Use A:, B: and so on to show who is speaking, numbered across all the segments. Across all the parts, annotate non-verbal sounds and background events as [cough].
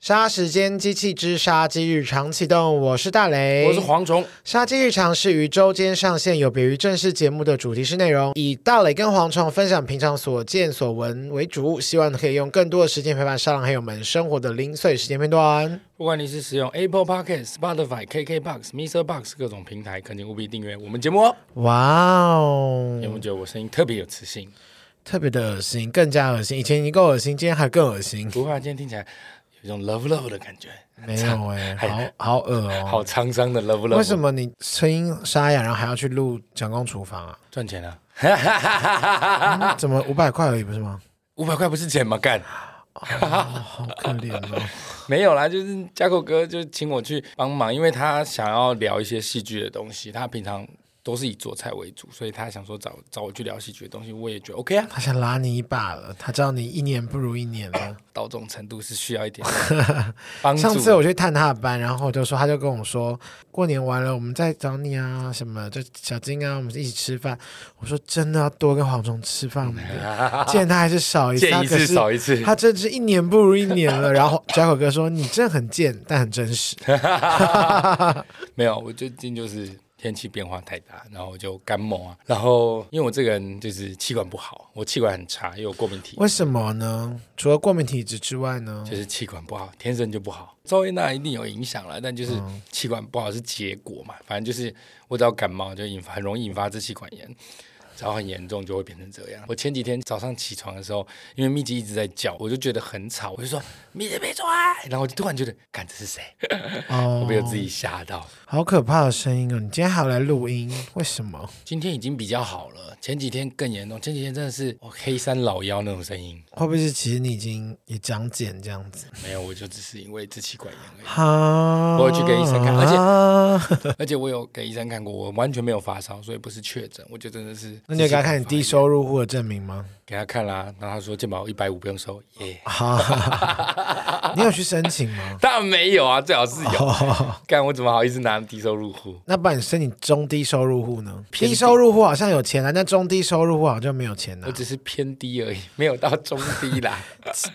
A: 杀时间机器之杀机日常启动，我是大雷，
B: 我是蝗虫，
A: 杀鸡日常是于周间上线，有别于正式节目的主题式内容，以大磊跟蝗虫分享平常所见所闻为主，希望可以用更多的时间陪伴沙狼还有我们生活的零碎时间片段。
B: 不管你是使用 Apple Podcast、Spotify、KKBox、Mr. Box 各种平台，肯定务必订阅我们节目哦。
A: 哇哦
B: 你，有没有觉得我声音特别有磁性？
A: 特别的恶心，更加恶心。以前已经够恶心，今天还更恶心。
B: 不会啊，今天听起来有一种 love love 的感觉，
A: 没
B: [laughs]
A: 有哎、
B: 还
A: 好好恶哦、
B: 好沧桑的 love love。
A: 为什么你声音沙哑，然后还要去录蒋公厨房啊？
B: 赚钱啊？
A: 嗯怎么五百块而已不是吗？
B: [laughs] 五百块不是钱吗？干，
A: 好可怜哦。
B: 没有啦，就是嘉口哥就请我去帮忙，因为他想要聊一些戏剧的东西，他平常。都是以做菜为主，所以他想说找找我去聊戏剧的东西，我也觉得 OK 啊。
A: 他想拉你一把了，他知道你一年不如一年了。
B: 到这种程度是需要一点 [laughs] 帮助。
A: 上次我去探他的班，然后我就说，他就跟我说，过年完了我们再找你啊，什么就小金啊，我们一起吃饭。我说真的要多跟黄忠吃饭，我们
B: 嗯
A: [laughs]
B: [laughs]
A: 见他还是少一次，
B: 见一次
A: 他可
B: 少一次
A: 是。他真是一年不如一年了。然后小口哥说，你真的很贱，但很真
B: [laughs]
A: 实。
B: 没有，我最近就是天气变化太大，然后我就感冒啊。然后因为我这个人就是气管不好，我气管很差，因为我过敏体，
A: 为什么呢？除了过敏体质之外呢？
B: 就是气管不好，天生就不好。周围那一定有影响了，但就是
A: 嗯
B: 气管不好是结果嘛。反正就是我只要感冒就引发，很容易引发支气管炎。然后很严重就会变成这样。我前几天早上起床的时候，因为咪吉一直在叫，我就觉得很吵，我就说咪吉别出来，然后我就突然觉得，干这是谁？ [laughs] 我
A: 哦
B: 被，我自己吓到。
A: 好可怕的声音哦！你今天还要来录音，为什么？
B: 今天已经比较好了，前几天更严重，前几天真的是哦黑山老妖那种声音。
A: 会不会是其实你已经也长茧这样子？
B: 没有，我就只是因为支气管炎而
A: 哈，
B: 我有去给医生看而且
A: 且， [laughs]
B: 已，而且我有给医生看过，我完全没有发烧，所以不是确诊，我就真的是。
A: 那你有给他看你低
B: 收？
A: 收入户的证明吗？
B: 给他看啦，然后他说健保一百五不用收，耶、
A: 哈， [laughs] 你有去申请吗？
B: 当然没有啊，最好是有。
A: 哦
B: [laughs] 干、我怎么好意思拿低收入户？
A: 那不然你申请中低收入户呢？低收入户好像有钱啊，但中低收入户好像没有钱啊
B: 我，只是偏低而已， [laughs] 没有到中
A: [laughs]
B: 低啦。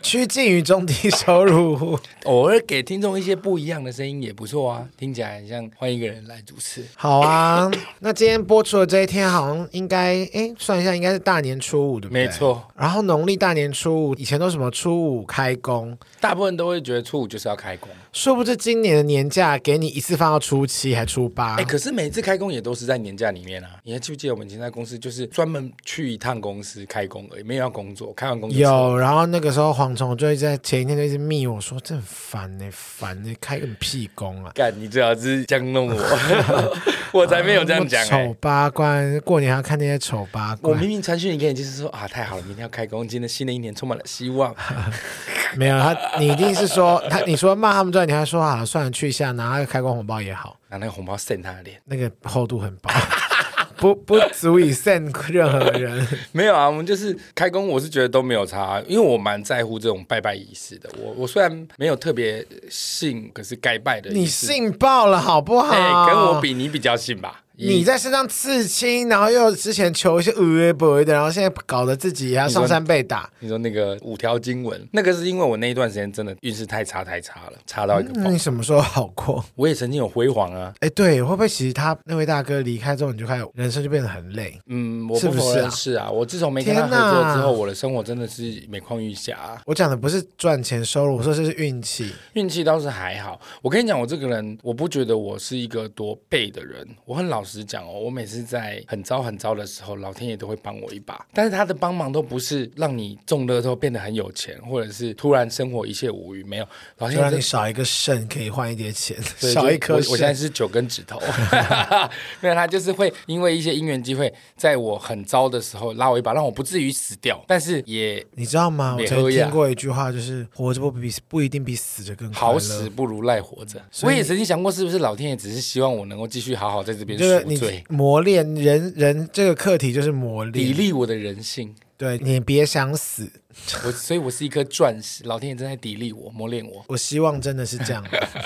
A: 趋近于中低收入户。
B: 偶尔给听众一些不一样的声音也不错啊，听起来很像换一个人来主持。
A: 好啊，那今天播出的这一天好像应该，哎，算一下应该是大年初五，对不对？
B: 没。错，
A: 然后农历大年初五，以前都什么初五开工，
B: 大部分都会觉得初五就是要开工。
A: 殊不知今年的年假给你一次放到初七还初八。
B: 哎、可是每次开工也都是在年假里面啊！你还记不记得我们以前在公司就是专门去一趟公司开工而已，没有要工作，开完工就走。
A: 有，然后那个时候蝗虫就一直在前一天就一直密我说，这很烦呢、烦呢、开个屁工啊！
B: 干，你最好是这样弄
A: [laughs]
B: 我，我才没有这样讲、哎
A: 丑八怪，过年还要看那些丑八
B: 我
A: 怪，
B: 明明传讯你给你，就是说啊，太好了，明天要开工，今天新的一年充满了希望。
A: 没有他，你一定是说他，你说骂他们之外，你还说好了，算了，去一下拿个开工红包也好，
B: 拿那个红包扇他的脸，
A: 那个厚度
B: [laughs]
A: 很薄，不不足以 send 任何
B: [laughs]
A: 人。
B: 没有啊，我们就是开工，我是觉得都没有差啊、因为我蛮在乎这种拜拜仪式的。我我虽然没有特别信，可是该拜的仪
A: 你
B: 式，
A: 信爆了好不好？
B: 哎、跟我。比，你比较信吧？
A: 你在身上刺青，然后又之前求一些呃不的，然后现在搞得自己也要上山被打，
B: 你说那个五条经文，那个是因为我那一段时间真的运势太差太差了，差到一个
A: 那
B: 爆。
A: 你什么时候好过？
B: 我也曾经有辉煌啊，
A: 哎，对，会不会其实他那位大哥离开之后，你就开始人生就变得很累？
B: 嗯，我
A: 是
B: 不
A: 不是啊
B: 否认是啊，我自从没跟他合
A: 天哪
B: 作之后，我的生活真的是每况愈下、啊，
A: 我讲的不是赚钱收入，我说这是运气。
B: 运气倒是还好。我跟你讲，我这个人，我不觉得我是一个多背的人，我很老实讲哦，我每次在很糟很糟的时候，老天爷都会帮我一把，但是他的帮忙都不是让你中乐透变得很有钱，或者是突然生活一切无余，没有，老
A: 就
B: 天爷
A: 让
B: 真
A: 你少一个肾，可以换一叠钱，[laughs]
B: 对
A: 少
B: 就
A: 一颗
B: 我我现在
A: 肾。
B: 是九根指头， [laughs] 没有他就是会因为一些因缘机会，在我很糟的时候拉我一把，让我不至于死掉，但是也
A: 你知道吗？我
B: 没
A: 曾经
B: 喝呀
A: 听过一句话，就是活着不比不一定比死着更快乐
B: 好死。不如赖活着。我也曾经想过，是不是老天爷只是希望我能够继续好好在这边
A: 就是
B: 赎
A: 你
B: 罪，
A: 磨练人人这个课题就是磨
B: 砥
A: 练，
B: 砺我的人性。
A: 对你别想死，
B: 我所以，我是一颗钻石，老天爷正在砥砺我、磨练我。
A: 我希望真的是这样。
B: [laughs]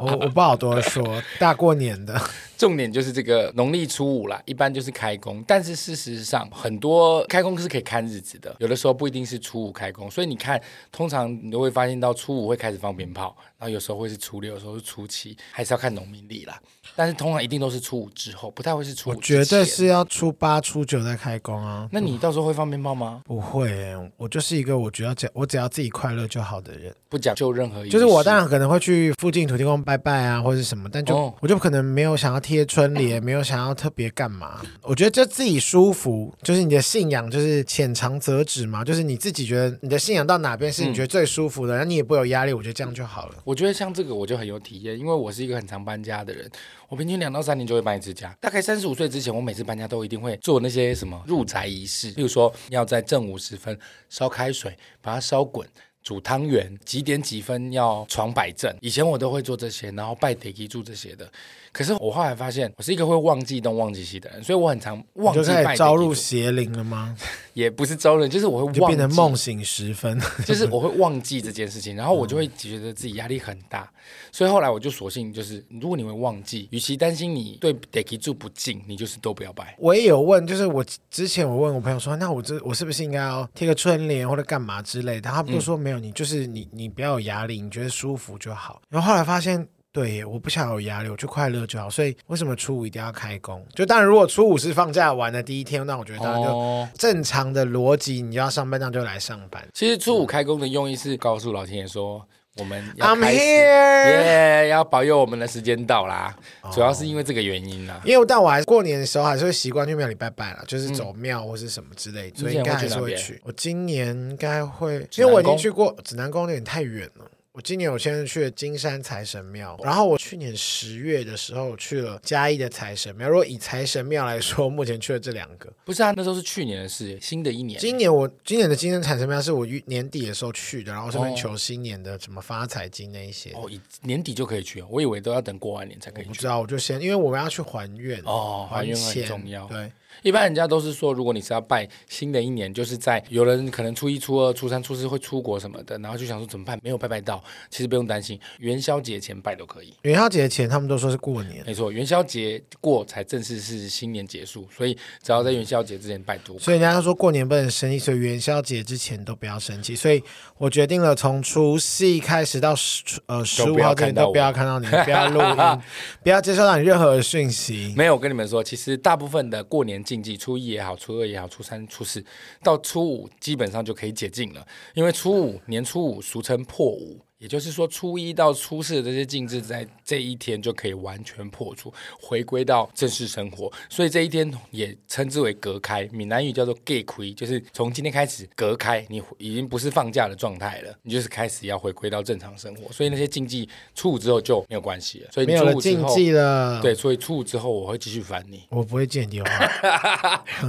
A: 我我不好多说，大过年的，
B: 重点就是这个农历初五啦，一般就是开工，但是事实上很多开工是可以看日子的，有的时候不一定是初五开工，所以你看，通常你都会发现到初五会开始放鞭炮，然后有时候会是初六，有时候是初七，还是要看农民历啦。但是通常一定都是初五之后，不太会是初五
A: 我
B: 之前。
A: 绝对是要初八、初九再开工啊。
B: 那你到时候会放鞭炮吗？
A: 不会耶、我就是一个我只要只我只要自己快乐就好的人。
B: 不讲究任何仪式，
A: 就是我当然可能会去附近土地公拜拜啊，或者是什么，但就、
B: 哦
A: 我就可能没有想要贴春联，没有想要特别干嘛。我觉得就自己舒服，就是你的信仰就是浅尝辄止嘛，就是你自己觉得你的信仰到哪边是
B: 嗯
A: 你觉得最舒服的，然后你也不会有压力，我觉得这样就好了。
B: 我觉得像这个我就很有体验，因为我是一个很常搬家的人，我平均两到三年就会搬一次家。大概三十五岁之前，我每次搬家都一定会做那些什么入宅仪式，例如说要在正午时分烧开水，把它烧滚。煮汤圆几点几分要床摆正？以前我都会做这些，然后拜地基柱这些的。可是我后来发现，我是一个会忘记东忘记西的人，所以我很常忘
A: 你
B: 记
A: 就开
B: 拜
A: 始招
B: 地
A: 入
B: 基柱，
A: 邪灵了吗？
B: 也不是招人，就是我会
A: 就
B: 忘
A: 变
B: 记
A: 成梦醒时分。
B: 就是我会忘记这件事情，然后我就会觉得自己压力很大，所以后来我就索性就是，如果你会忘记，与其担心你对 d e k i 住不敬，你就是都不要拜。
A: 我也有问，就是我之前我问我朋友说，那我这我是不是应该要贴个春联或者干嘛之类的？他们就说没有，你就是你你不要有压力，你觉得舒服就好。然后后来发现。对耶，我不想有压力，我就快乐就好。所以为什么初五一定要开工？就当然，如果初五是放假玩的第一天，那我觉得当然就
B: 哦，
A: 正常的逻辑，你要上班那就来上班。
B: 其实初五开工的用意是告诉老天爷说，我们要
A: I'm
B: 开始
A: here，、哦
B: 耶要保佑我们的时间到啦，主要是因为这个原因啦。
A: 因为但我还是过年的时候还是会习惯去庙里拜拜啦，就是走庙或是什么之类的，所以应该还是会
B: 嗯你之前会去
A: 去。我今年应该会，
B: 指
A: 因为
B: 南宫
A: 我已经去过指南宫，有点太远了。我今年我先是去了金山财神庙，然后我去年十月的时候去了嘉义的财神庙。如果以财神庙来说，目前去了这两
B: [laughs]
A: 个。
B: 不是啊，那时候是去年的事，新的一年。
A: 今年我今年的金山财神庙是我年底的时候去的，然后顺便
B: 哦
A: 求新年的什么发财金那一些。
B: 哦，以年底就可以去哦，我以为都要等过完年才可以
A: 不
B: 去。
A: 知道，我就先因为我们要去还愿
B: 哦，还愿很
A: 钱
B: 重要。
A: 对，
B: 一般人家都是说，如果你是要拜新的一年，就是在有人可能初一、初二、初三、初四会出国什么的，然后就想说怎么办，没有拜拜到，其实不用担心，元宵节前拜都可以。
A: 元宵节前他们都说是过年。
B: 没错，元宵节过才正式是新年结束，所以只要在元宵节之前拜都可以。
A: 所以人家说过年不能生气，所以元宵节之前都不要生气。所以我决定了，从除夕开始到十呃十
B: 都
A: 五
B: 不要
A: 号之前
B: 看到
A: 都不要看到你，不要录
B: [laughs]
A: 音，不要接收到你任何的讯息。
B: 没有，我跟你们说，其实大部分的过年禁忌，初一也好，初二也好，初三、初四到初五，基本上就可以解禁了。因为初五年初五俗称破五，也就是说初一到初四的这些禁制，在这一天就可以完全破除，回归到正式生活。所以这一天也称之为隔开，闽南语叫做 “gay 亏”，就是从今天开始隔开，你已经不是放假的状态了，你就是开始要回归到正常生活。所以那些禁忌初五之后就没有关系了。所以
A: 没有
B: 初
A: 了
B: 五之
A: 禁
B: 后。
A: 忌了，，
B: 对，所以初五之后我会继续烦
A: [laughs]
B: 你，
A: 我不会接你电话，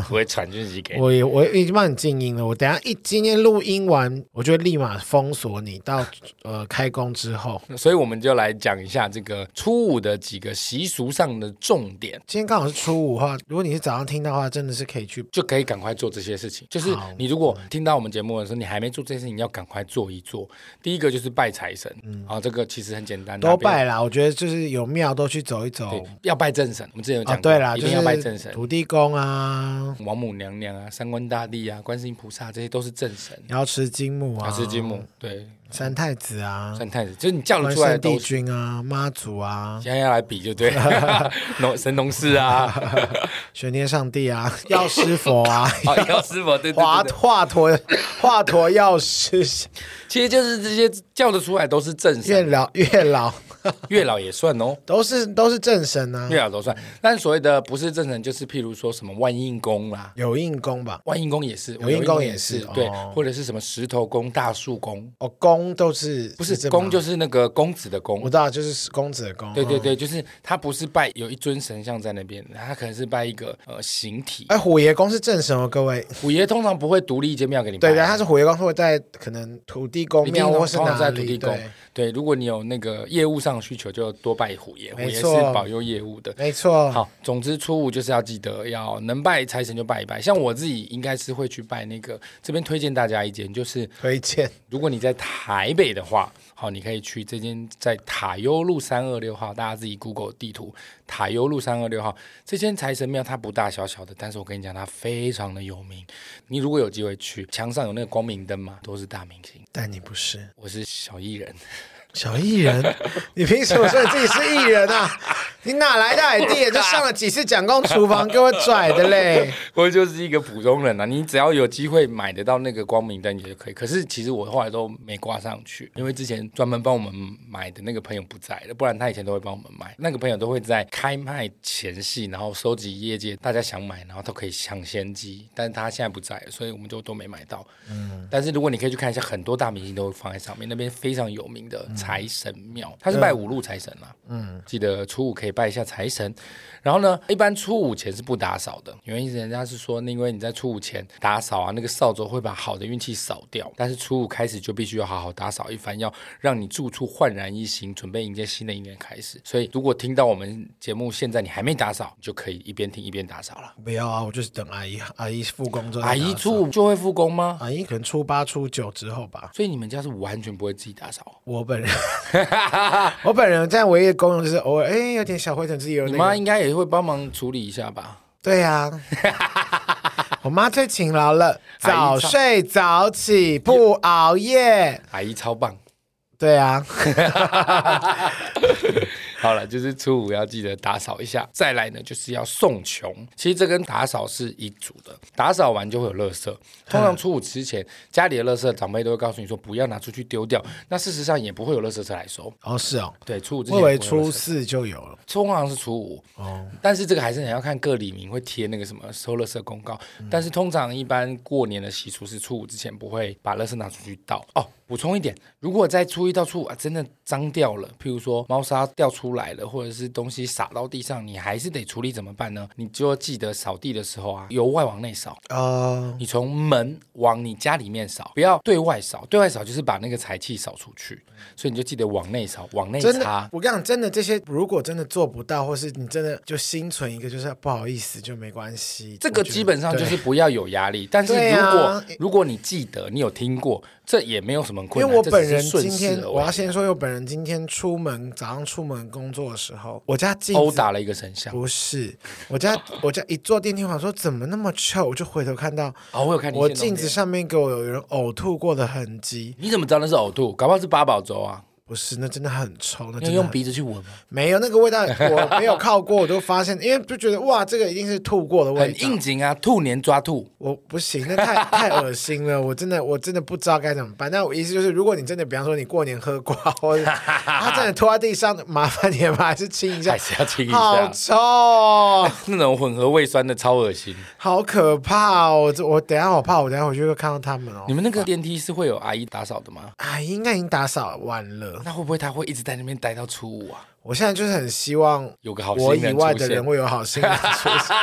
B: 我会传讯息给你。
A: 我也我已经帮你静音了。我等一下一今天录音完，我就立马封锁你到呃开工之后。
B: 所以我们就来讲一下这个初五的几个习俗上的重点，
A: 今天刚好是初五的话，如果你是早上听到的话，真的是可以去。
B: 就可以赶快做这些事情。就是
A: 好嗯
B: 你如果听到我们节目的时候，你还没做这些事情，你要赶快做一做。第一个就是拜财神，啊，这个其实很简单，
A: 嗯
B: 啊
A: 都
B: 不要。
A: 拜啦，我觉得就是有庙都去走一走
B: 对，，要拜正神。我们之前有
A: 啊，
B: 讲过，
A: 对啦，
B: 一
A: 就
B: 定要拜正
A: 是
B: 神。
A: 土地公啊，
B: 王母娘娘啊，三官大帝啊，观世音菩萨，这些都是正神。
A: 瑶池金母啊，
B: 啊，是金母，对，
A: 三太子啊，
B: 三太子，就是你叫得
A: 关
B: 出来的
A: 圣
B: 都
A: 帝
B: 是。
A: 君啊，妈祖啊，
B: 现在要来比
A: [laughs]
B: 就对，农神农氏啊，
A: 玄天上帝啊， [laughs] 药师佛
B: [laughs]
A: 啊，
B: 好，药哦师佛，对对
A: 华
B: 对对，
A: 华佗华佗药师，
B: 其实就是这些叫得出来都是正
A: 月
B: 神，
A: 老月老
B: 月老也算哦，
A: 都是都是正神啊，
B: 月老都算。但所谓的不是正神，就是譬如说什么万应公啦，
A: 有印功吧？
B: 万应公也是，
A: 有应公也是
B: 是，对
A: 哦，
B: 或者是什么石头公、大树公，
A: 哦，公都是
B: 不
A: 这
B: 是
A: 吗
B: 公就是那个公子的
A: 我
B: 公。
A: 知道，就是公子的公，
B: 对对
A: 嗯。
B: 对，就是他不是拜有一尊神像在那边，他可能是拜一个呃形体。
A: 哎，虎爷公是正神哦，各位。
B: 虎爷通常不会独立一间庙给你拜，啊
A: 对对，他是虎爷公，会在可能土地公
B: 哎一定
A: 庙
B: 通
A: 或是
B: 通常
A: 哪
B: 在土地
A: 里？
B: 公
A: 对，。
B: 对，如果你有那个业务上上需求就多拜虎爷，虎
A: 没
B: 爷是
A: 错
B: 保佑业务的。
A: 没错，
B: 好，总之初五就是要记得要能拜财神就拜一拜。像我自己应该是会去拜那个，这边推荐大家一间，就是
A: 推荐
B: 如果你在台北的话，好，你可以去这间在塔悠路三二六号，大家自己 Google 地图，塔悠路三二六号这间财神庙，它不大小小的，但是我跟你讲，它非常的有名。你如果有机会去，墙上有那个光明灯嘛，都是大明星。
A: 但你不是
B: 我是小艺人，
A: 小艺 [laughs] 人，你凭什么说你自己是艺人 [laughs] 啊？你哪来的 idea？就上了几次蒋公厨房给我拽的嘞！
B: [laughs] 我就是一个普通人啊。你只要有机会买得到那个光明灯，你就可以。可是其实我后来都没挂上去，因为之前专门帮我们买的那个朋友不在了，不然他以前都会帮我们买。那个朋友都会在开卖前夕，然后收集业界大家想买，然后都可以抢先机。但是他现在不在了，所以我们就都没买到。嗯，但是如果你可以去看一下，很多大明星都会放在上面，那边非常有名的财神庙，他是拜五路财神啦、嗯，记得初五可以拜一下财神。然后呢，一般初五前是不打扫的，原因是人家是说，因为你在初五前打扫啊，那个扫帚会把好的运气扫掉。但是初五开始就必须要好好打扫一番，要让你住处焕然一新，准备迎接新的一年开始。所以，如果听到我们节目现在你还没打扫，你就可以一边听一边打扫了。
A: [laughs] 不要啊，我就是等阿姨，阿姨复工之后。
B: 阿姨初，五就会复工吗？
A: 阿姨可能初八、初九之后吧。
B: 所以你们家是完全不会自己打 [laughs] 扫哦。
A: 我本人， [laughs] 我本人在唯一的功用就是偶尔哎、有点小灰尘自己有
B: 你
A: 那
B: 妈
A: 个。
B: 应该也会帮忙处理一下吧？
A: 对 [laughs] 呀、啊，我妈最勤劳了，
B: 阿
A: 早
B: 姨超
A: 睡早起，不熬夜。
B: 阿姨
A: [laughs]
B: 超棒。
A: 对 [laughs] 啊，
B: 好了，就是初五要记得打扫一下。再来呢，就是要送穷。其实这跟打扫是一组的，打扫完就会有垃圾。通常初五之前，家里的垃圾长辈都会告诉你说不要拿出去丢掉。那事实上也不会有垃圾车来收。
A: 哦是哦，
B: 对，初五之
A: 我
B: 前
A: 以
B: 也
A: 为
B: 不会有垃圾
A: 初四就有了。
B: 通常是初五，
A: 哦
B: 但是这个还是很要看各里民会贴那个什么收垃圾公告。
A: 嗯
B: 但是通常一般过年的习俗是初五之前不会把垃圾拿出去倒。哦，补充一点，如果在初一到初五啊真的脏掉了，譬如说猫砂掉出来了，或者是东西洒到地上，你还是得处理，怎么办呢？你就要记得扫地的时候啊，由外往内扫。
A: 哦，
B: 你从门往你家里面扫，不要对外扫。对外扫就是把那个财气扫出去，所以你就记得往内扫，往内
A: 真
B: 擦
A: 的，。我跟你讲，真的这些如果真的做不到，或是你真的就心存一个就是不好意思就没关系。
B: 这个
A: 我觉得
B: 基本上就
A: 对
B: 是不要有压
A: [laughs]
B: 力，但是
A: 对
B: 如果、
A: 啊
B: 如果你记得，你有听过，这也没有什么困
A: 因
B: 难。
A: 为我本
B: 这
A: 人
B: 只是顺
A: 今
B: 势
A: 天，
B: 而为啊
A: 我要先说，我本人今天出门早上出门工作的时候，我家镜
B: 殴
A: 子
B: 打了一个神像。
A: 不是我
B: [laughs]
A: 家，我家一坐电梯，我想说怎么那么臭，我就回头看到
B: 哦，我有看你
A: 我
B: 现动
A: 镜子
B: 脸，
A: 上面给我有人呕吐过的痕迹，
B: 你怎么知道那是呕吐？搞不好是八宝粥啊！
A: 不是，那真的很臭，那真
B: 你有
A: 的啊
B: 用
A: 很
B: 鼻子去闻吗？啊
A: 没有那个味道，我没有靠过，我就发现，因为就觉得哇，这个一定是吐过的味
B: [laughs] 很
A: 道，
B: 应景啊，兔年抓兔。 [laughs]
A: 我不行，那太 [laughs] 太恶心了，我真的我真的不知道该怎么办。那我意思就是，如果你真的，比方说你过年喝瓜，或
B: [laughs]
A: 者他真的拖在地上，麻烦你把还是清一下
B: 还，是要清一
A: 好
B: 下，
A: 臭哦，
B: 那种混合胃酸的超恶心。
A: 好可怕哦！我这我等一下我怕我等一下回去会看到他们哦
B: 你。们那个电梯是会有阿姨打扫的吗？
A: 哎，应该已经打扫完了。
B: 那会不会她会一直在那边待到初五啊？
A: 我现在就是很希望
B: 有个好
A: 我以
B: 心人
A: 外
B: 出
A: 的
B: 现
A: 人。会有好心人出现，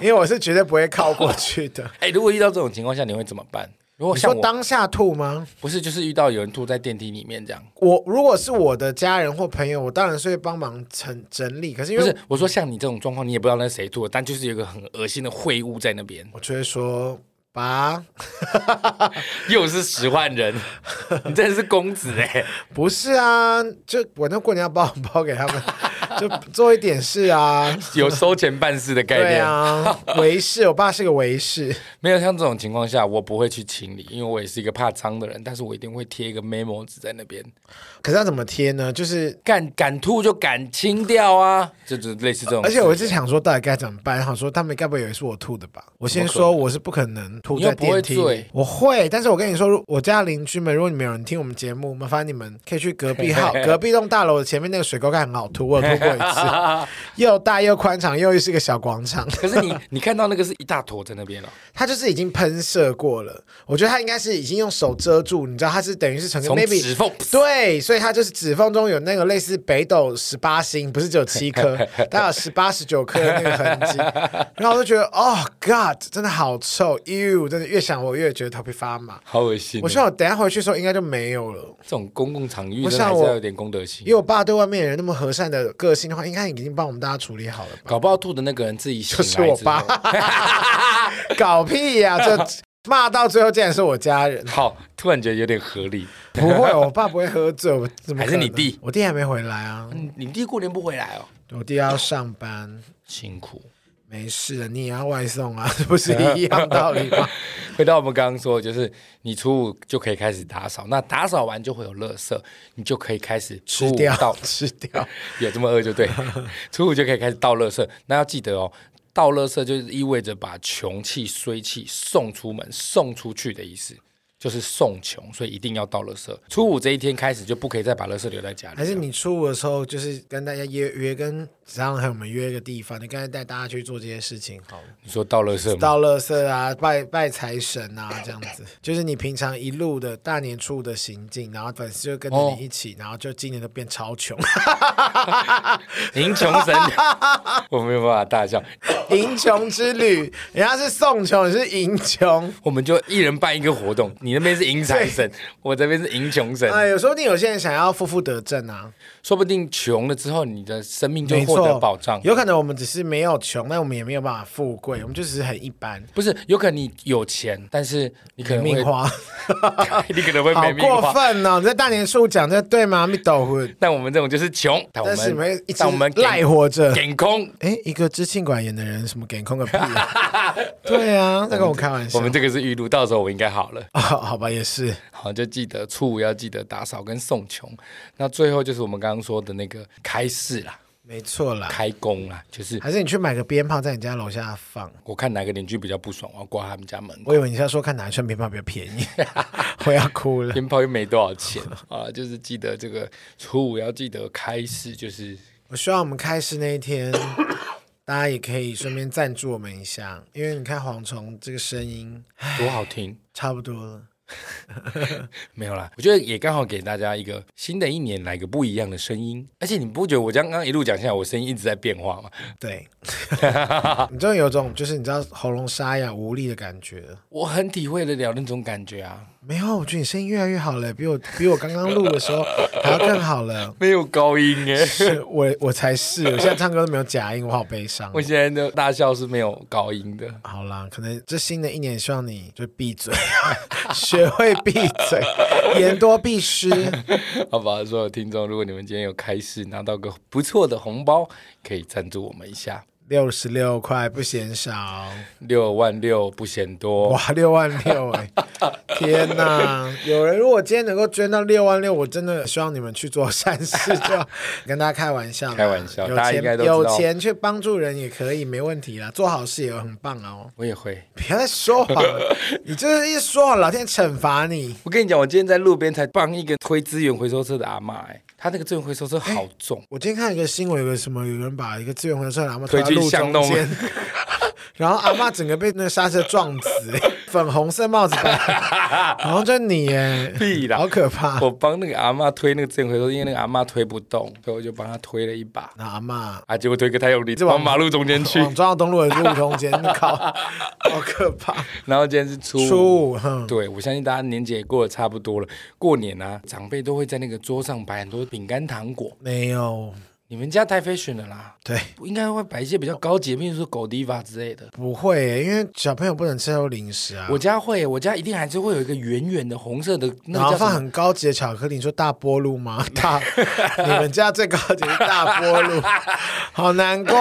A: 因为我是绝对不会靠过去
B: [laughs]
A: 的。
B: 哎、如果遇到这种情况下，你会怎么办？如果
A: 你
B: 像
A: 说
B: 我，
A: 当下吐吗？
B: 不是就是遇到有人吐在电梯里面这样。
A: 我如果是我的家人或朋友，我当然是会帮忙整整理。可是因
B: 不
A: 为
B: 是，我说像你这种状况，你也不知道那是谁做的，但就是有一个很恶心的秽物在那边，
A: [laughs] 我就会说爸，
B: 又是十
A: [laughs]
B: 万人，你真的是公子哎、
A: 不是啊，就我那过年要包红包给他
B: [laughs]
A: 们，就做一点事啊。
B: 有收钱办事的概
A: 对
B: 念。
A: 啊，维士，我爸是个维士，
B: 没有像这种情况下，我不会去清理，因为我也是一个怕脏的人，但是我一定会贴一个 memo 纸在那边，
A: 可是要怎么贴呢？就是，
B: 敢敢吐就敢清掉啊，就就类似这种。
A: 而且我是想说，到底该怎么办？想说他们该不会以为是我吐的吧？我先
B: 怎么
A: 说，我是不可能吐
B: 你又
A: 在
B: 不
A: 电
B: 会
A: 梯
B: 醉
A: 里。我会，但是我跟你说，如我家邻居们，如
B: [laughs]
A: 果你们有人听我们节目，麻烦你们可以去隔壁号隔壁栋大楼的前面那个水沟盖很好吐，我有吐过一次，又大又宽敞，又是个小广场，
B: [laughs]
A: [laughs]
B: 可是你你看到那个是一大坨在那边哦了，
A: 它就是已经喷射过了。我觉得它应该是已经用手遮住，你知道它是等于是成个
B: 从
A: maybe
B: 指缝
A: 对，所以它就是指缝中有那个类似北斗十八星，不是只有七
B: [laughs]
A: 颗，它有十八、十九颗的那个痕迹。然后我就觉得，哦，God，真的好臭，You，真的越想我越觉得头皮发麻。
B: 好恶心哦。
A: 我希望我等一下回去的时候应该就没有了，
B: 这种公共场域
A: 我
B: 真的还
A: 像
B: 是
A: 我
B: 要有点公德心
A: 因。为我爸对外面的人那么和善的个性的话，应该已经帮我们大家处理好了吧？
B: [laughs] 搞不好吐的那个人自己醒
A: 就是
B: 来
A: 我
B: 之
A: 爸
B: 后，
A: [laughs] 搞屁呀、这骂到最后竟然是我家
B: [laughs]
A: 人，
B: 好，突然觉得有点合理。
A: 不会，我爸不会喝醉，我怎么可能
B: 还是你弟？
A: 我弟还没回来啊，
B: 嗯你弟过年不回来哦，
A: 我弟要上班。
B: 辛苦。
A: 没事的，你也要外送啊， [laughs] 这不是一样道理 [laughs] 吗？
B: 回到我们刚刚说的，就是你初五就可以开始打扫，那打扫完就会有垃圾，你就可以开始
A: 吃
B: 初五
A: 掉
B: 倒，， [laughs]
A: 吃掉。
B: 有这么饿就 [laughs] 对，初五就可以开始倒垃圾。那要记得哦，倒垃圾就是意味着把穷气、衰气送出门、送出去的意思。就是送穷，所以一定要倒垃圾。初五这一天开始就不可以再把垃圾留在家里了。
A: [laughs] 还是你初五的时候，就是跟大家约约，跟子昂还有我们约一个地方，你刚才带大家去做这些事情好了，
B: 你说倒垃圾 [laughs] 吗？
A: 倒垃圾啊，拜拜财神啊，这样子， [laughs] 就是你平常一路的大年初五的行径，然后粉丝就跟着
B: 哦
A: 你一起，然后就今年都变超穷， [laughs]
B: 您穷神， [laughs] 我没有办法大笑。
A: 迎穷之旅，人家是送穷，你是迎穷。
B: 我们就一人办一个活动，你那边是迎财神，我这边是迎穷神。
A: 哎，有说不定有些人想要负负得正啊，
B: 说不定穷了之后，你的生命就
A: 没
B: 获
A: 错，
B: 得保障。
A: 有可能我们只是没有穷，但我们也没有办法富贵，我们就只是很一般，
B: 不是，有可能你有钱，但是你可
A: 没
B: 能
A: 命
B: 会，
A: 花，
B: [laughs] 你可能会
A: 好
B: 没命
A: 过
B: 花。
A: 分哦！你在大年初五讲这对吗？蜜豆魂，
B: 但我们这种就是穷，但我
A: 但是你
B: 们
A: 们一直
B: 但我们
A: 赖活着。
B: 点空，
A: 哎，一个知性管炎的人，什么给空个屁、啊？对
B: [laughs]
A: 啊，在跟我开玩笑。
B: 我们这个是预录，到时候我应该好了。
A: 哦，好吧，也是
B: 好，就记得初五要记得打扫跟送穷。那最后就是我们刚刚说的那个开市啦，
A: 没错啦。
B: 开工啦，就是
A: 还是你去买个鞭炮，在你家楼下放。
B: 我看哪个邻居比较不爽，我要挂他们家门口。
A: 我以为你是要说看哪一串鞭炮比较便宜， [laughs] 我要哭了。
B: [laughs] 鞭炮又没多少钱啊，就是记得这个初五要记得开市，就是
A: 我希望我们开市那一天， [coughs] 大家也可以顺便赞助我们一下，因为你看蝗虫这个声音
B: 多好听。 [laughs]
A: 差不多了。
B: 没有啦，我觉得也刚好给大家一个新的一年来个不一样的声音，而且你不觉得我刚刚一路讲下来，我声音一直在变化吗？
A: 对，你真的有种就是你知道喉咙沙哑无力的感觉。
B: 我很体会得了那种感觉啊，
A: 没有，我觉得你声音越来越好了，比我比我刚刚录的时候还要更好了。
B: [laughs] 没有高音耶，
A: 是我我才是，我现在唱歌都没有假音，我好悲伤
B: [laughs] 我。现在的大笑是没有高音的。
A: 好啦，可能这新的一年，希望你就闭嘴， [laughs] 学会闭嘴， [laughs] 言多必失。
B: 好吧，所有听众，如果你们今天有开市拿到个不错的红包，可以赞助我们一下，
A: 六十六块不嫌少，
B: 六万六不嫌多。
A: 哇，六万六
B: [laughs]
A: 哎！天哪，有人如果今天能够捐到六万六，我真的希望你们去做善事
B: [laughs]
A: 就好，跟大家开玩笑啦，
B: 开玩笑
A: 有
B: 大家应
A: 钱
B: 该都知道
A: 有钱去帮助人也可以，没问题啦，做好事也很棒哦。
B: 我也会。
A: 不要再说谎了，你就是一说谎，老天惩罚你。
B: 我跟你讲，我今天在路边才帮一个推资源回收车的阿嬷，哎，她那个资源回收车好
A: [laughs]
B: 重，
A: 我今天看一个新闻，有个什么，有人把一个资源回收车阿妈
B: 推
A: 到
B: 进
A: 路中
B: 巷弄
A: 间，然后阿妈整个被那个刹车撞死、哎粉红色帽子戴，然后就你哎，
B: 屁啦
A: 好可怕！
B: 我帮那个阿嬷推那个资源回收车，因为那个阿嬷推不动，所以我就帮她推了一把。
A: 那阿妈
B: 啊！结果推个太用力，
A: 这往
B: 往马路中间去。
A: 往中央东路的路中间，靠，好可怕！
B: [laughs] 然后今天是初五，
A: 初五，哼，
B: 对我相信大家年节也过得差不多了。过年啊，长辈都会在那个桌上摆很多饼干糖果。
A: 没有，
B: 你们家太 fashion 了啦，
A: 对，
B: 应该会摆一些比较高级，比如说狗迪吧之类的。
A: 不会、哎因为小朋友不能吃到零食啊。
B: 我家会，我家一定还是会有一个圆圆的红色的，那
A: 然
B: 个
A: 后
B: 叫
A: 放
B: 什么？
A: 很高级的巧克力，你说大波露
B: [laughs]
A: 吗？大，你们家最高级是大波露，好难过。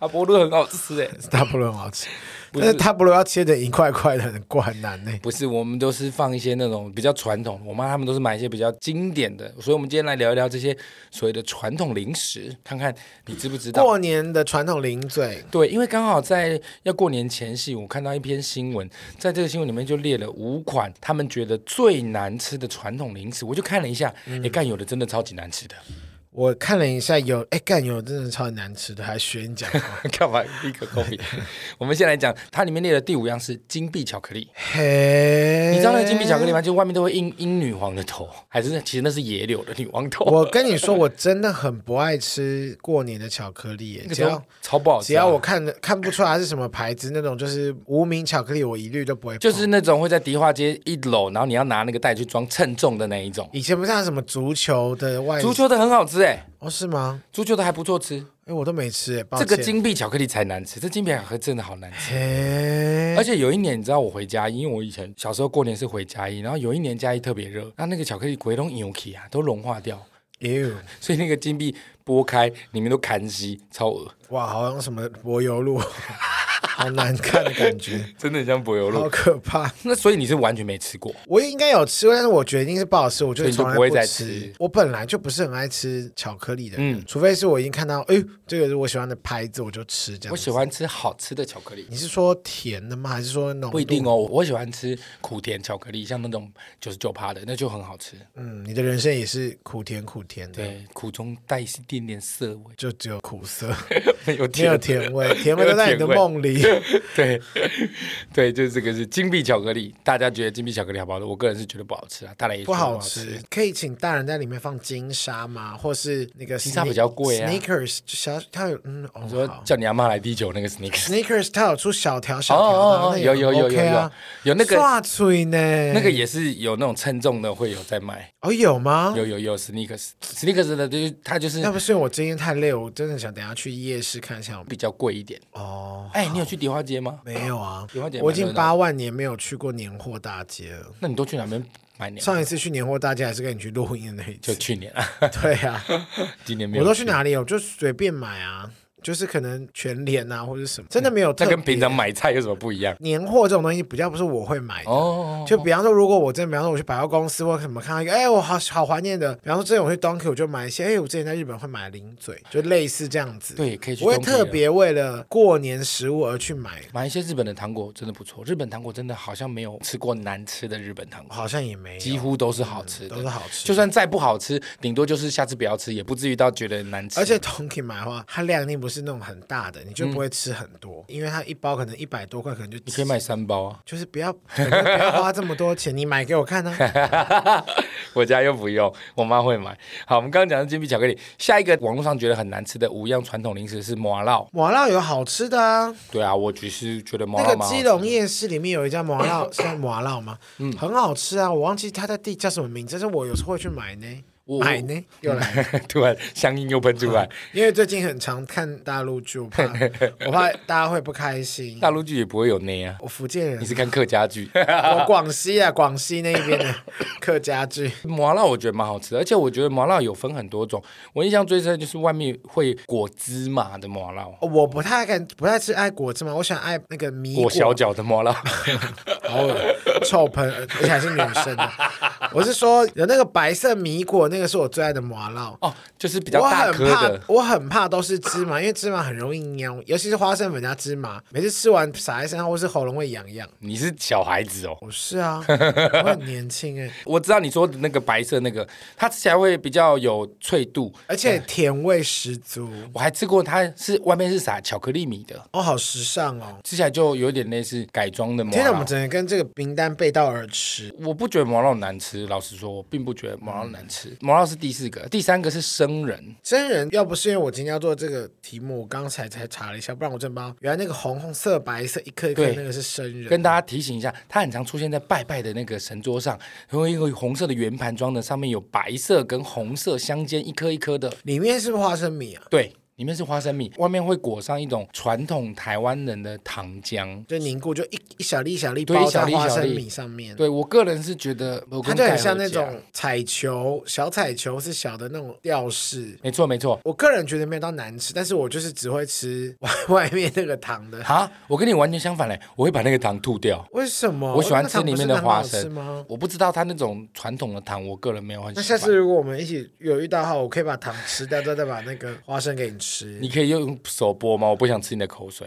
B: 阿波啊露很好吃哎、
A: 大波露很好吃，
B: 不
A: 但
B: 是
A: 是大波露要切的一块块的，很怪很难呢、
B: 不是，我们都是放一些那种比较传统，我妈他们都是买一些比较经典的，所以我们今天来聊一聊这些所谓的传统零食，看看你知不知道。
A: 过年的传统零嘴，
B: 对，因为刚好在要过年前夕，我看到一篇新闻，在这个新闻里面就列了五款他们觉得最难吃的传统零食，我就看了一下，哎、干有的真的超级难吃的， [laughs]
A: 我看了一下，有哎干有真的超难吃的，还学
B: [laughs]
A: 你讲话。
B: 干嘛一个公平？ [laughs] 我们先来讲，它里面列的第五样是金币巧克力。
A: 嘿，
B: 你知道那个金币巧克力吗？就外面都会印印女王的头，还是那其实那是野柳的女王头？
A: 我跟你说，我真的很不爱吃过年的巧克力耶，
B: 那个
A: 只
B: 都
A: 要
B: 超不好吃啊、
A: 只要我看看不出来它是什么牌子，那种就是无名巧克力，我一律都不会碰。
B: 就是那种会在迪化街一楼，然后你要拿那个袋去装称重的那一种。
A: 以前不是还有什么足球的外
B: 足球的很好吃哎、
A: 哦是吗？
B: 足球的还不错吃。
A: 哎，我都没吃耶，抱
B: 这
A: 歉
B: 个金币巧克力才难吃，这金币巧克力真的好难吃。
A: 嘿，
B: 而且有一年，你知道我回嘉义，因为我以前小时候过年是回嘉义，然后有一年嘉义特别热，那那个巧克力鬼都扭起啊，都融化掉，
A: 呦
B: 所以那个金币剥开里面都砍稀，超恶，
A: 哇，好像什么柏油
B: [laughs]
A: 路，好难看的感觉，
B: 真的很像柏油
A: 好
B: 路。
A: 可怕。
B: 那所以你是完全没吃过，
A: 我应该有吃过，但是我决定是不好吃，我就从来
B: 所以你就不会再
A: 吃
B: 吃。
A: 我本来就不是很爱吃巧克力的人，
B: 嗯
A: 除非是我已经看到，哎呦，这个是我喜欢的牌子，我就吃这样。
B: 我喜。欢吃好吃的巧克力。
A: 你是说甜的吗？还是说浓？
B: 不一定。哦，我喜欢吃苦甜巧克力，像那种九十九趴的，那就很好吃。
A: 嗯，你的人生也是苦甜苦甜的，
B: 对，苦中带一点点涩味，
A: 就只有苦涩，
B: 没有
A: [laughs] 没有
B: [laughs] 甜。
A: 甜味，甜味都在你的梦里。
B: [laughs] 对，对，就是这个是金币巧克力。大家觉得金币巧克力好不好吃？我个人是觉得不好吃啊，大家也觉得
A: 不好
B: 吃
A: 吃。，可以请大人在里面放金沙吗？或是那个
B: 金沙比较贵啊
A: Sneakers 小它有嗯哦
B: 你说
A: 好
B: 叫你阿妈来滴酒那
A: [laughs]
B: 个 sneakers。
A: Sneakers 它有出小条小
B: 哦
A: 条的，
B: 哦哦，
A: 那
B: 有有有有
A: OK 啊
B: 有有那个
A: 刷嘴呢？
B: 那个也是有那种称重的会有在卖，
A: 哦有吗？
B: 有有有 sneakers sneakers 的就是它就是
A: 那不是因为我今天太累，我真的想等一下去夜市看一下我们。
B: 比较贵一点。
A: 哦，
B: 哎，你有去迪化街吗？哦
A: 没有啊
B: 迪化街，
A: 我已
B: 蛮热
A: 经
B: 闹的，
A: 八万年没有去过年货大街了。
B: 那你都去哪边买年？
A: 上一次去年货大街还是跟你去录音的那一
B: 就
A: 次。
B: 去年啊，
A: [laughs] 对啊，
B: 今 [laughs] 年没有。
A: 我都去？哪里？我就随便买啊，就是可能全联啊或者什么，真的没有特
B: 那
A: 别。
B: 跟平常买菜有什么不一样？
A: 年货这种东西比较不是我会买的。
B: 哦，
A: 就比方说，如果我真的，比方说我去百货公司或什么看到一个，哎、我好好怀念的。比方说，之前我去 Donkey，我就买一些，哎、我之前在日本会买零嘴，就类似这样子。
B: 对，可以去。
A: 我会特。别为了过年食物而去买，
B: 买一些日本的糖果真的不错，日本糖果真的好像没有吃过难吃的日本糖果，
A: 好像也没有
B: 几嗯乎都是好吃的。
A: 都是好吃。
B: 就算再不好吃，顶多就是下次不要吃，也不至于到觉得难吃。
A: 而且 Donkey 买的话，它量一定不是那种很大的，你就不会吃很多，因为它一包可能一百多块，可能就
B: 嗯你可以
A: 吃
B: 买三包啊，
A: 就是不要可能不要花这么多钱，你买给我看
B: [laughs]
A: 啊。
B: [laughs] 我家又不用，我妈会买。好，我们刚刚讲的金币巧克力，下一个网络上觉得很难吃的五样传统零食是麻辣。
A: 麻辣有好吃的啊，
B: 对啊，我只是觉得麻
A: 那
B: 辣
A: 个
B: 蛮好
A: 基
B: 吃的。
A: 隆夜市里面有一家麻
B: [coughs]
A: 辣，是叫麻辣吗？
B: 嗯
A: 很好吃啊，我忘记它在地叫什么名字，但是我有时候会去买呢，
B: 我
A: 买呢，又来。
B: [laughs] 突然乡音又喷出来，
A: 因为最近很常看大陆剧，我
B: [laughs]
A: 怕我怕大家会不开心。
B: 大陆剧也不会有那啊。
A: 我福建人
B: 你，是看客家剧，
A: 我广西啊，广西那一边
B: [laughs]
A: 的客家剧，
B: 麻辣我觉得蛮好吃的，而且我觉得麻辣有分很多种。我印象最深的就是外面会裹芝麻的麻辣，哦
A: 我不太敢，不太吃爱果汁嘛，我喜欢爱那个米
B: 裹小脚的麻辣。
A: [laughs] 好恶臭喷，而且还是女生的。
B: [laughs]
A: 我是说有那个白色米果，那个是我最爱的麻辣。
B: 哦，就是比较
A: 我
B: 大
A: 很
B: 颗
A: 怕
B: 的，，
A: 我很怕都是芝麻，因为芝麻很容易蔫，尤其是花生粉加芝麻，每次吃完撒在身上，或是喉咙会痒痒。
B: 你是小孩子哦。
A: 我是啊，
B: [laughs]
A: 我很年轻哎、
B: 我知道你说的那个白色那个，它吃起来会比较有脆度。
A: 而且甜味十足，
B: 我还吃过，它是外面是撒巧克力米的，
A: 哦，好时尚哦！
B: 吃起来就有点类似改装的麻
A: 天哪，我们
B: 辣。
A: 整个跟这个名单背道而驰。
B: 我不觉得麻辣难吃，老实说，我并不觉得麻辣难吃。麻辣是第四个，第三个是生人，
A: 真人要不是因为我今天要做这个题目，我刚才才查了一下，不然我真不知道原来那个红红色、白色一颗一颗
B: 对
A: 那个是生人。
B: 跟大家提醒一下，它很常出现在拜拜的那个神桌上，然后一个红色的圆盘装的，上面有白色跟红色相间，一颗一颗的，
A: 里面是不是花生米啊？
B: 对，里面是花生米，外面会裹上一种传统台湾人的糖浆。
A: 就凝固，就一一小粒一小粒
B: 对
A: 包
B: 一小
A: 在
B: 粒
A: 花
B: 一小
A: 生
B: 粒
A: 米上面。
B: 对我个人是觉得，我
A: 它
B: 跟
A: 就很
B: 盖啊
A: 像
B: 尔
A: 那
B: 讲
A: 种彩球，小彩球是小的那种吊饰。
B: 没错没错。
A: 我个人觉得没有到难吃，但是我就是只会吃 [laughs] 外外面那个糖的。
B: 啊，我跟你完全相反嘞，我会把那个糖吐掉。
A: 为什么？
B: 我喜欢
A: 那糖
B: 吃里
A: 不是
B: 面的
A: 很好
B: 花
A: 吃
B: 生
A: 吗？
B: 我不知道它那种传统的糖，我个人没有很喜欢。
A: 那下次如果我们一起有遇到的话，我可以把糖吃掉，再再把那个花生给你吃，
B: 你
A: 你
B: 可以用手剥吗？我不想吃你的口水，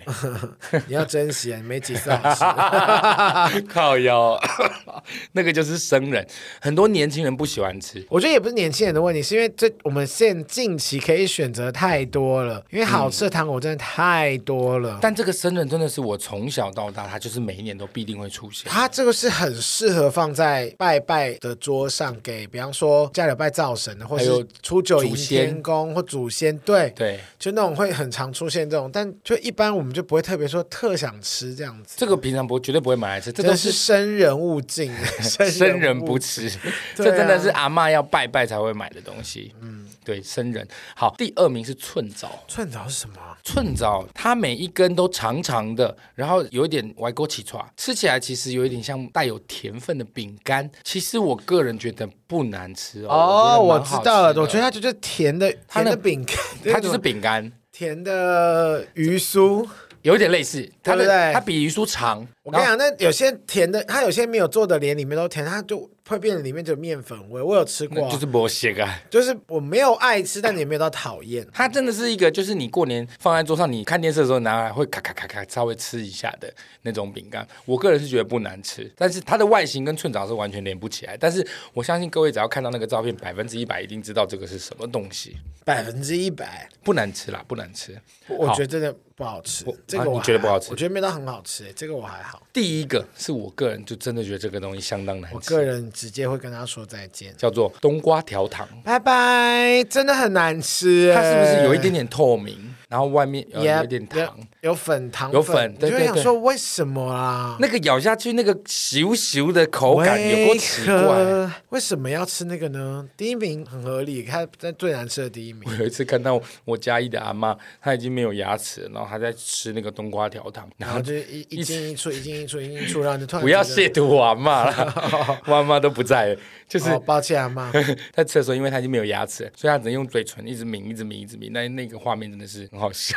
A: 要珍惜，啊没几次好吃。
B: 靠腰， [laughs] 那个就是生人，很多年轻人不喜欢吃。
A: [laughs] 我觉得也不是年轻人的问题，是因为这我们现近期可以选择太多了，因为好吃的糖果真的太多了。
B: 但这个生人真的是我从小到大，它就是每一年都必定会出现。
A: 它这个是很适合放在拜拜的桌上给，比方说家里有拜灶神的，或
B: 还有
A: 是初九迎
B: 祖先
A: 天公或祖先，对，
B: 对，
A: 就那种会很常出现这种，但就一般我们就不会特别说特想吃这样子。
B: 这个平常不绝对不会买来吃，这
A: 真
B: 都
A: 的是
B: 是
A: 生人勿 [laughs] 近，
B: 生
A: 生
B: 人
A: 勿
B: 不吃，这
A: 对啊
B: 真的是阿嬷要拜拜才会买的东西。嗯，对，生人。好，第二名是寸枣。
A: 寸枣是什么啊？
B: 寸枣，它每一根都长长的，然后有一点歪勾起爪，吃起来其实有一点像带有甜分的饼干。其实我个人觉得不难吃哦。
A: 哦，我
B: 觉得蛮好
A: 知道了，
B: 吃的
A: 我觉得它就是甜的，
B: 它
A: 甜
B: 那
A: 的饼干，
B: 它就是饼干，
A: 甜的鱼酥。
B: 有一点类似，它的
A: 对不对
B: 它比鱼酥长。
A: 我跟你
B: 然后，
A: 讲，那有些甜的，它有些没有做的，连里面都甜，它就会变里面就有面粉味。我有吃过
B: 那
A: 啊，
B: 就是魔鞋啊。
A: 就是我没有爱吃，但也没有到讨厌。
B: 它真的是一个，就是你过年放在桌上，你看电视的时候拿来会咔咔咔咔稍微吃一下的那种饼干。我个人是觉得不难吃，但是它的外形跟寸枣是完全连不起来。但是我相信各位只要看到那个照
A: [laughs]
B: 片，百分之一百一定知道这个是什么东西。
A: 百分之一百，
B: 不难吃啦，不难吃。
A: 我觉得真的不好吃
B: 我。
A: 这
B: 啊
A: 个我
B: 你
A: 还
B: 觉得不好吃
A: 我觉得没到很好吃，这个我还好。
B: 第一个是我个人就真的觉得这个东西相当难
A: 我
B: 吃，
A: 个人直接会跟他说再见，
B: 叫做冬瓜条糖，
A: 拜拜，真的很难吃。
B: 它是不是有一点点透明，然后外面、呃、
A: 也
B: 有一点糖？
A: 有粉糖
B: 有粉
A: 你
B: 对
A: 就会
B: 对
A: 想
B: 对
A: 说为什么啊啦？
B: 那个咬下去那个咻咻的口感有多奇怪。
A: 怪，为什么要吃那个呢？第一名很合理，它在最难吃的第一名
B: 我。 [laughs] 有一次看到我家一的阿妈，她已经没有牙齿了，然后她在吃那个冬瓜条糖，
A: 然
B: 然后
A: 后就是一一进一出，一进一出，一进一出，然后你就突然
B: [laughs] 不要
A: 觉得
B: 亵渎我阿妈
A: [laughs]
B: 了，我阿妈都不在了，就是
A: 哦，抱歉啊妈，
B: [laughs] 在吃的时候，因为他已经没有牙齿了，所以他只能用嘴唇一直抿，一直抿，一直抿。那那个画面真的是很好笑，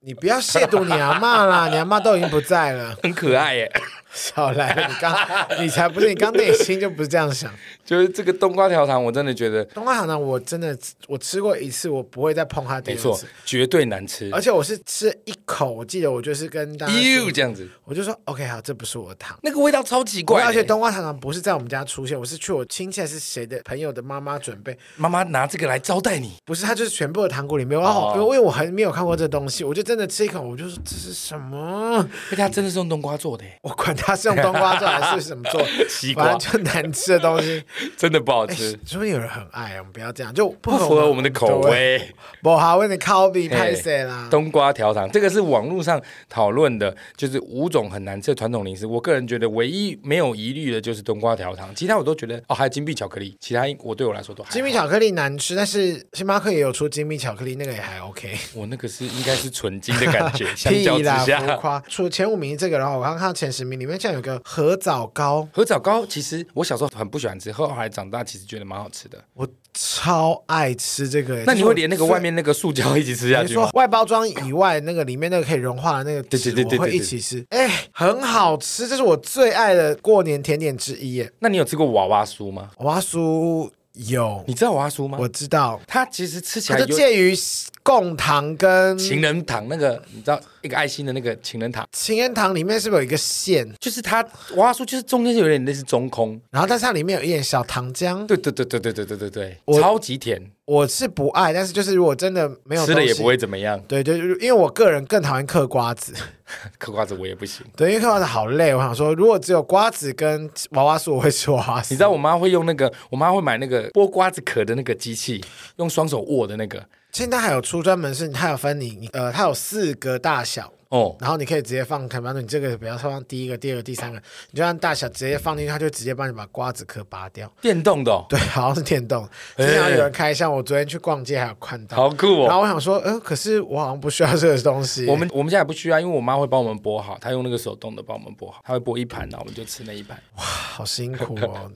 A: 你不要亵渎你阿妈 [laughs] 啦，你阿妈都已经不在了。
B: 很可爱耶。 [laughs]
A: 少来了，你刚 [laughs] 你才不是，你刚内心就不是这样想。
B: 就是这个冬瓜条糖，我真的觉得
A: 冬瓜糖呢，我真的我吃过一次，我不会再碰它第
B: 没
A: 二
B: 错
A: 次。，
B: 绝对难吃
A: 而。且我是吃一口，我记得我就是跟大家说，
B: 哟，这样子，
A: 我就说 OK 好，这不是我的糖。
B: 那个味道超奇怪的。
A: 而且冬瓜糖糖不是在我们家出现，我是去我亲戚还是谁的朋友的妈妈准备，
B: 妈妈拿这个来招待你，
A: 不是它就是全部的糖果里面。哦，
B: 哦
A: 因为我很没有看过这东西，我就真的吃一口，我就说这是什么？
B: 而且它真的是用冬瓜做的耶，
A: [laughs] 我管它是用冬瓜做还是什么做
B: [laughs] 西，瓜
A: 反正就难吃的东西。
B: 真的不好
A: 哎，
B: 吃，
A: 说不定有人很爱，我们不要这样，就不
B: 不符合我们的口。
A: 啊
B: 味。
A: 不好，问你 copy
B: 嘿
A: 拍谁啦？
B: 冬瓜条糖，这个是网络上讨论的，就是五种很难吃的传统零食。我个人觉得唯一没有疑虑的就是冬瓜条糖，其他我都觉得哦，还有金币巧克力，其他我对我来说都还好
A: 金蜜巧克力难吃，但是星巴克也有出金蜜巧克力，那个也还 OK。
B: 我那个是应该是纯金的感
A: [laughs]
B: 觉， [laughs] 相
A: 屁
B: 较之
A: 啦，浮
B: 下。
A: 夸。除了前五名这个，然后我刚刚看到前十名里面，竟然有个合枣糕，
B: 合枣糕其实我小时候很不喜欢吃，后来长大其实觉得蛮好吃的。
A: 我超爱吃这个。欸
B: 那你会连那
A: 就是
B: 个
A: 我
B: 外面那个塑胶一起吃下
A: 你
B: 去
A: 说
B: 吗？
A: 外包装以外，那个里面那个可以融化的那个
B: 对
A: 纸，
B: 对对对
A: 我会
B: 对
A: 一起吃。哎，很好吃，这是我最爱的过年甜点之一耶。
B: 那你有吃过娃娃酥吗？
A: 娃娃酥有，
B: 你知道娃娃酥吗？
A: 我知道，
B: 它其实吃起
A: 它
B: 来
A: 就
B: 有
A: 介于贡糖跟
B: 情人糖那个，你知道一个爱心的那个情人糖，
A: 情人糖里面是不是有一个馅？
B: 就是它娃娃酥就是中间就有点类似中空。
A: 然后但是它里面有一点小糖浆，
B: 对对对对对对对对
A: 我
B: 对，超级甜，
A: 我是不爱，但是就是如果真的没有
B: 吃了也
A: 东西
B: 不。会怎么样。 [laughs]
A: 对对，就是因为我个人更讨厌嗑瓜子，
B: 嗑瓜子我也不行。
A: 对，因为嗑瓜子好累。我想说，如果只有瓜子跟娃娃酥，我会吃娃娃酥。
B: 你知道我妈会用那个，我妈会买那个剥瓜子壳的那个机器，用双手握的那个。
A: 现在还有出专门是，它有分你，你呃，它有四个大小，
B: 哦，
A: 然后你可以直接放，看，比方说你这个不要放第一个、第二个、第三个，你就按大小直接放进去，它就直接帮你把瓜子壳拔掉。 [laughs]
B: 电动的、哦，
A: 对，好像是电动，经常有人开箱。我昨天去逛街还有看到，
B: 好酷
A: 然
B: 哦。
A: 后我想说，呃，可是我好像不需要这个东西。
B: 我们我们现在也不需要，因为我妈会帮我们剥好，她用那个手动的帮我们剥好，她会剥一盘，然后我们就吃那
A: [laughs]
B: 一盘。
A: 好辛苦哦，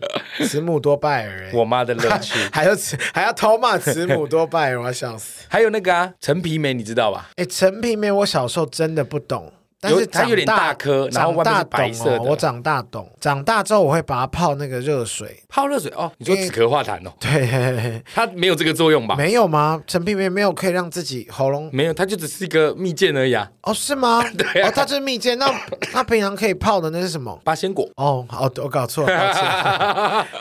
A: 慈母多败儿哎，
B: [laughs] 我妈的乐趣。
A: 还要慈还要偷骂慈母多败儿，我要笑死。
B: 还有那个啊，陈皮梅你知道吧？
A: 哎，陈皮梅，我小时候真的不懂，但是
B: 有它有点
A: 长
B: 大颗然后
A: 长
B: 外面
A: 大
B: 是白
A: 懂
B: 色的
A: 哦。我长大懂，长大之后我会把它泡那个热水。
B: 泡热水哦，你说
A: 因为
B: 止咳化痰哦，
A: 对，
B: 它没有这个作用吧？
A: 没有吗？陈皮梅没有可以让自己喉咙
B: 没有，它就只是一个蜜饯而已啊，
A: 哦？是吗？
B: [laughs] 对啊
A: 哦，它这是蜜饯，那那平常可以泡的那是什么？
B: 八仙
A: [laughs]
B: 果。啊
A: 哦，哦，我搞错了，抱
B: [laughs]
A: 歉。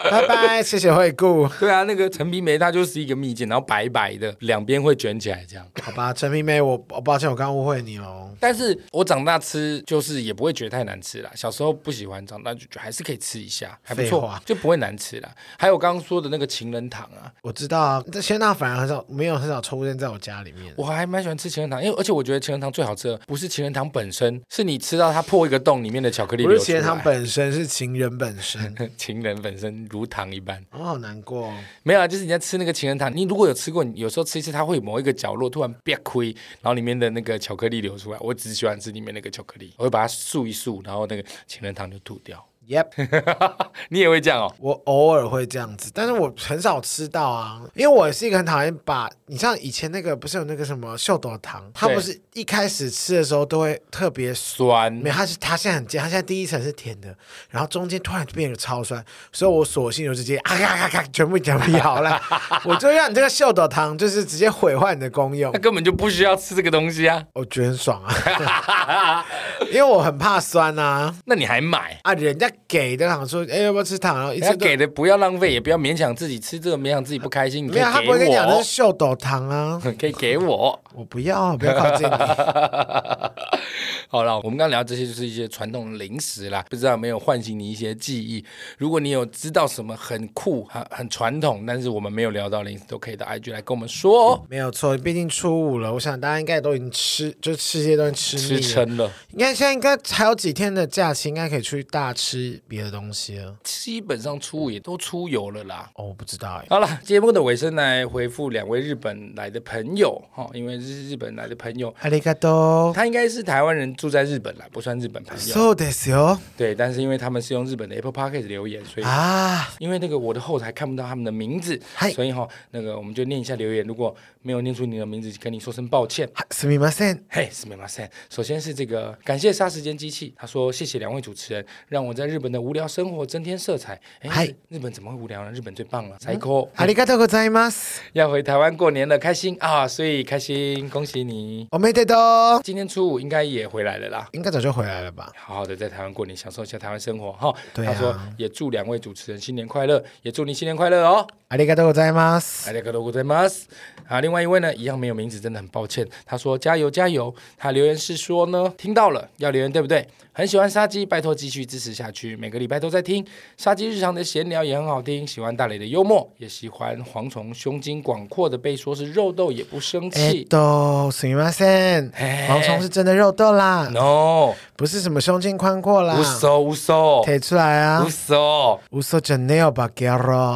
A: 拜拜，谢谢惠顾。
B: 对啊，那个陈皮梅它就是一个蜜饯，然后白白的，两边会卷起来这样。
A: 好吧，陈皮梅，我我抱歉，我刚误会你哦。
B: 但是我长大吃就是也不会觉得太难吃啦，小时候不喜欢，长大就觉得还是可以吃一下，还不
A: 废
B: 错
A: 话，
B: 就不会难吃啦。还有刚刚说的那个情人糖啊，
A: 我知道啊，这鲜辣反而很少，没有很少出现在我家里面。
B: 我还蛮喜欢吃情人糖，因为而且我觉得情人糖最好吃的不是情人糖本身，是你吃到它破一个洞里面的巧克力
A: 不
B: 流
A: 是
B: 出
A: 情
B: 来。
A: 人糖本身，是情人本身。
B: [laughs] 情人本身如糖一般，
A: 我好难过哦。
B: 没有啊，就是你在吃那个情人糖，你如果有吃过，你有时候吃一次，它会某一个角落突然变亏，然后里面的那个巧克力流出来。我只喜欢吃里面那个巧克力，我会把它漱一漱，然后那个情人糖就吐掉。
A: Yep。
B: [laughs] 你也会这样哦？
A: 我偶尔会这样子，但是我很少吃到啊，因为我是一个很讨厌把，你像以前那个不是有那个什么秀豆糖，它
B: 对
A: 不是一开始吃的时候都会特别酸，
B: 酸
A: 没有，它是它现在很尖，它现在第一层是甜的，然后中间突然就变得超酸，所以我索性就直接啊咔咔咔全部全部咬
B: [laughs]
A: 了，我就让你这个秀豆糖就是直接毁坏你的功用
B: 他，根本就不需要吃这个东
A: [laughs]
B: 西啊！
A: 我觉得很爽啊，因为我很怕酸啊。
B: 那你还买？
A: 啊，人家给的，想说，哎、要不要吃糖？然后一
B: 人家
A: 直都
B: 给的不要浪费，也不要勉强自己吃这个，勉强自己不开心。你可
A: 没有，他
B: 以
A: 不会跟你
B: 给
A: 讲那是
B: [laughs] 我，
A: 秀豆糖啊。
B: 可以给我。
A: 我不要，不要靠近你。 [laughs]
B: [laughs] 好了，我们刚刚聊这些就是一些传统零食啦，不知道有没有唤醒你一些记忆？如果你有知道什么很酷、很很传统，但是我们没有聊到零食，都可以到 IG 来跟我们说哦。
A: 没有错，毕竟初五了，我想大家应该都已经吃，就吃这些东西吃
B: 吃
A: 腻了。
B: 撑了，
A: 应该现在应该还有几天的假期，应该可以去大吃别的东西了。
B: 基本上初五也都出游了啦。
A: 哦，我不知道哎。
B: 好了，节目的尾声来回复两位日本来的朋友哈，哦因为日日本来的朋友
A: 阿里嘎多，
B: 他应该是台湾人，住在日本啦，不算日本朋友。
A: そうですよ
B: 对，但是因为他们是用日本的 Apple Podcast 留言，所以、
A: 啊，
B: 因为那个我的后台看不到他们的名字
A: 嗨，
B: 所以哈、那个我们就念一下留言。如果没有念出你的名字，跟你说声抱歉。
A: はすみません。
B: 嘿，すみません。首先是这个，感谢杀时间机器，他说谢谢两位主持人，让我在日本的无聊生活增添色彩。哎
A: 嗨，嗯
B: 日本怎么会无聊呢？日本最棒了，才酷、
A: ありがとうございます。
B: 要回台湾过年了，开心啊！所以开心，恭喜你。
A: おめでとう。
B: 今天初五应该也回来了啦。
A: 应该早就回来了吧？
B: 好好的在台湾过年，享受一下台湾生活哈。
A: 对啊
B: 他说也祝两位主持人新年快乐，也祝你新年快乐哦。
A: ありがとうございます。
B: 大家都ございます。啊，另外一位呢，一样没有名字，真的很抱歉。他说加油加油。他留言是说呢，听到了要留言对不对？很喜欢杀鸡，拜托继续支持下去，每个礼拜都在听杀鸡日常的闲聊也很好听，喜欢大磊的幽默，也喜欢蝗虫胸襟广阔的被说是肉豆也不生
A: えっ
B: 气。
A: と、すみません。
B: 哎
A: 蝗虫是真的肉豆啦，
B: no，
A: 不是什么胸襟宽阔哎啦
B: 无。所无所
A: 贴出来啊
B: 无！所。
A: 无所整内有吧 g a r o [laughs]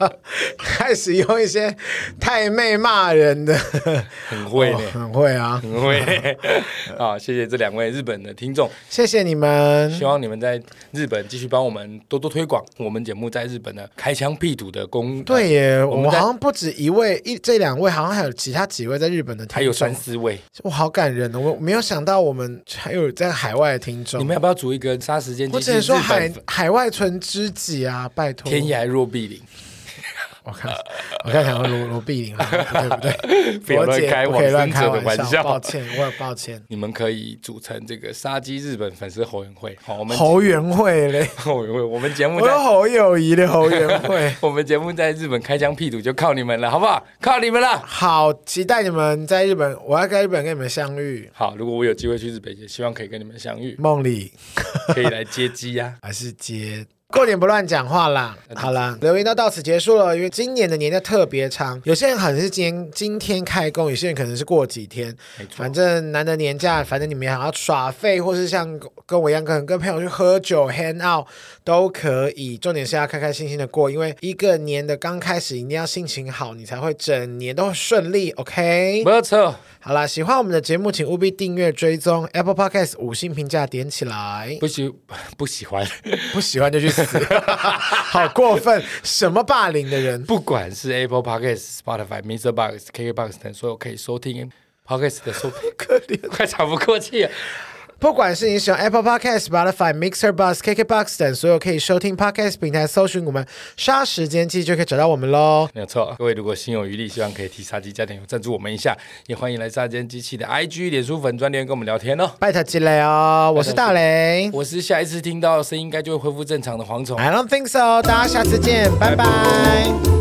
B: 啊，
A: 开始用一些太妹骂人的，
B: 很会
A: 哦
B: 呢。
A: 很 [laughs] 会啊！
B: 很会 [laughs] 啊！谢谢这两位日本的听众，
A: 谢谢你们
B: 希，望你们在日本继续帮我们多多推广我们节目在日本的开腔辟土的功。
A: 对耶，
B: 我
A: 我
B: 们
A: 们
B: 在
A: 好像不止一位，一这两位，好像还有其他几位在日本的
B: 还有
A: 听
B: 三
A: 众，
B: 四位，
A: 我好感人哦！我没有想到我们还有在海外的听
B: 你
A: 众
B: 们，要不要组一个杀时间
A: 我
B: 机器？
A: 只能说
B: 日
A: 海
B: 本
A: 海外存知己啊，拜托！
B: 天涯若比邻，
A: 我看我看想说罗罗碧玲
B: [laughs]
A: 啊，不对不对，
B: 不要
A: 罗
B: 乱
A: 姐
B: 开
A: 不可以乱
B: 往
A: 开
B: 生者的玩笑
A: 抱歉，我很抱歉。
B: 你们可以组成这个杀鸡日本粉丝后援会。好，我们
A: 侯元惠嘞，
B: 后援会， [laughs] 我们节目
A: 我有
B: 在
A: 侯友谊的侯元惠。
B: [laughs] 我们节目在日本开疆辟土就靠你们了，好不好？靠你们了。
A: 好期待你们在日本，我要在日本跟你们相遇，
B: 好，如果我有机会去日本，也希望可以跟你们相
A: [laughs]
B: 遇，
A: 梦里
B: 可以来接机呀、
A: 还是接。过年不乱讲话啦，好啦，留言都到此结束了。因为今年的年假特别长，有些人可能是今天今天开工，有些人可能是过几天，
B: 没错
A: 反正难得年假，反正你们想要耍废，或是像跟我一样，可能跟朋友去喝酒、hang out 都可以。重点是要开开心心的过，因为一个年的刚开始，一定要心情好，你才会整年都顺利。OK，
B: 没错。
A: 好啦，喜欢我们的节目，请务必订阅、追踪 Apple Podcast 五星评价点起来。
B: 不喜不喜欢，
A: 不喜欢就去死， [laughs] 好过分！什么霸凌的人？
B: 不管是 Apple Podcast、Spotify、Mr. Box、KKBox 等所有可以收听 [laughs] Podcast 的收
A: 可怜。
B: 快喘不过气了。
A: 不管是你使用 Apple Podcast、Spotify、Mixer、Bus、KKBox 等所有可以收听 Podcast 平台，搜寻我们“杀时间机”就可以找到我们喽。
B: 没有错，各位如果心有余力，希望可以替杀鸡加点油赞助我们一下，也欢迎来杀鸡机器的 IG、脸书粉专留言跟我们聊天哦。
A: 拜托积累哦，我是大雷。
B: 我是下一次听到声音应该就会恢复正常的蝗虫。
A: I don't think so，大家下次见，拜拜